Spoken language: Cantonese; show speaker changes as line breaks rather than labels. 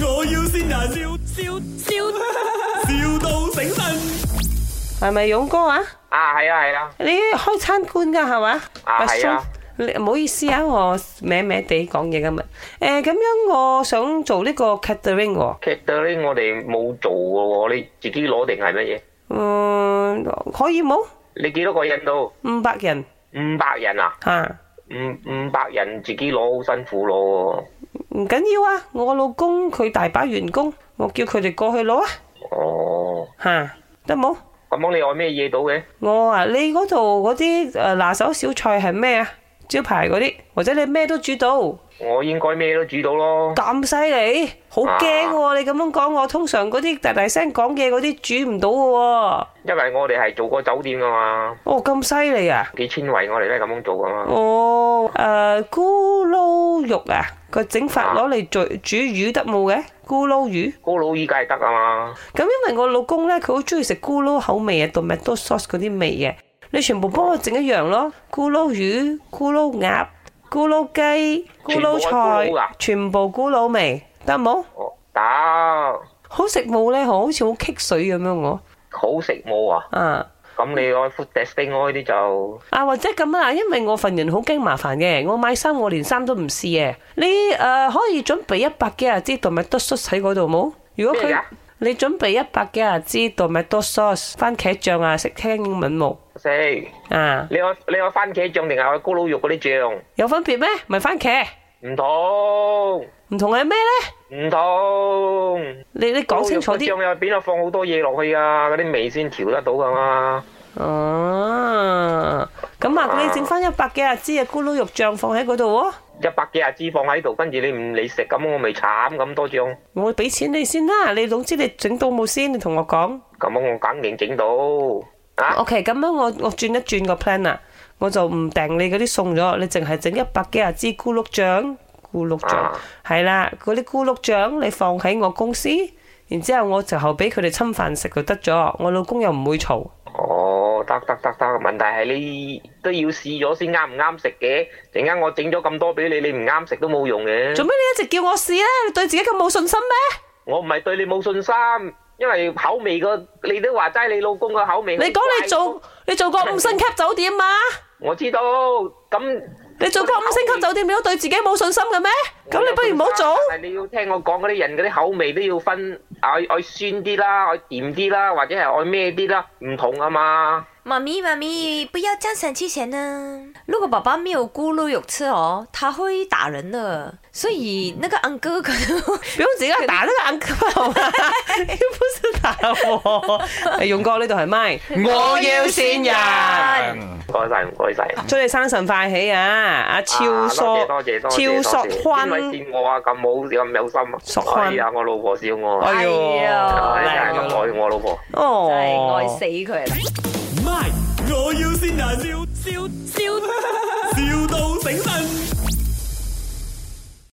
要先人，笑笑笑，笑到醒神。
係咪勇哥啊？
啊，係啊，係啊，
你開餐館㗎係嘛？
啊係啊
Restaurant。你唔好意思啊，我歪歪地講嘢今日。誒、咁樣我想做呢個 catering 喎、
劇到咧我哋冇做嘅喎，你自己攞定係乜嘢？
嗯，可以冇？
你幾多個人到？
五百人
五百人啊？
嚇，
五五百人自己攞好辛苦攞喎。
唔、緊要啊！我老公佢大把員工，我叫佢哋過去攞啊
哦，
嚇，得冇？
咁樣你愛咩嘢到嘅？
我啊，你嗰度嗰啲誒拿手小菜係咩啊？招牌嗰啲，或者你咩都煮到
我應該咩都煮到咯。
咁犀利，好驚
啊
喎！你咁樣講我，通常嗰啲大大聲講嘢嗰啲煮唔到嘅喎。
因為我哋係做過酒店噶嘛，
哦，咁犀利啊！
幾千位我哋都係咁樣做噶嘛。
哦，誒、咕嚕肉啊，個整法攞嚟做煮魚得冇嘅咕嚕魚。
高佬依家係得啊嘛，
咁因為我老公咧，佢好中意食咕嚕口味啊，同埋 o sauce 嗰啲味嘅。你全部幫我整一樣咯，咕嚕魚、咕嚕鴨、咕嚕雞、咕嚕
全部係咕嚕啊
菜
㗎，
全部咕嚕味，得冇？
哦打
好食冇咧？好似好棘水咁樣我
好食冇啊，
啊
咁你愛 food testing 嗰啲就
啊或者咁啊，因為我份人好驚麻煩嘅，我買衫我連衫都唔試嘅。你誒、呃可以準備一百幾廿支同埋 o sauce 喺嗰度冇？如果
咩
佢
㗎
你準備一百幾廿支同埋 o sauce 番茄醬啊，識聽英文冇？
食。
啊！
你愛你愛番茄醬定係愛高佬肉嗰啲醬？
有分別咩？咪番茄，
唔同，
唔同係咩呢？
唔同。
你你講清楚
高
啲。
佬肉個醬入邊啊放好多嘢落去啊，嗰啲味先調得到噶嘛。
哦，咁啊，你整翻一百幾廿支嘅咕嚕肉醬放喺嗰度喎，
一百幾廿支放喺度，跟住你唔你食咁，我咪慘咁多醬。
我俾錢你先啦。你總之你整到冇先，你同我講。
咁我梗勁整到啊！
OK，咁樣我我轉一轉個 plan 啦，我就唔訂你嗰啲餸咗，你淨係整一百幾廿支咕嚕醬，咕嚕醬
啊
係啦，嗰啲咕嚕醬你放喺我公司，然之後我就後俾佢哋侵犯食就得咗，我老公又唔會嘈。
哦，得得得得，問題係你都要試咗先啱唔啱食嘅。陣間我整咗咁多俾你，你唔啱食都冇用
做
嘅。
咩你一直叫我試咧？你對自己咁冇信心咩？
我唔係對你冇信心，因為口味個你都話齋，你老公個口味。
你講你做你做過五星級酒店嘛？
我知道，咁
你做過五星級酒店，你都對自己冇信心嘅咩？咁你不如唔好做。
但係你要聽我講嗰啲人嗰啲口味都要分，愛愛酸啲啦，愛甜啲啦，或者係愛咩啲啦，唔同啊嘛。
妈咪，妈咪，不要这样生气先呢。如果爸爸没有咕噜肉吃哦，他会打人的。所以那个安哥可能会
不用自 己打呢個眼球好 嗎？不是打我。誒勇哥呢度係咪？ 我要善人。
唔該晒，唔該晒。
祝你生辰快喜啊！阿超
啊
叔
多謝多謝多，謝
超
多謝
叔
邊位
坤，
見我啊咁好咁有心啊！
索坤
係啊，我老婆笑我啊，
哎呦，
哎呀
真
靚啊
係
咗啦
咁愛我老婆。
哦，
真係愛哎死佢啦。
My，我要先人，笑笑笑，笑到醒神。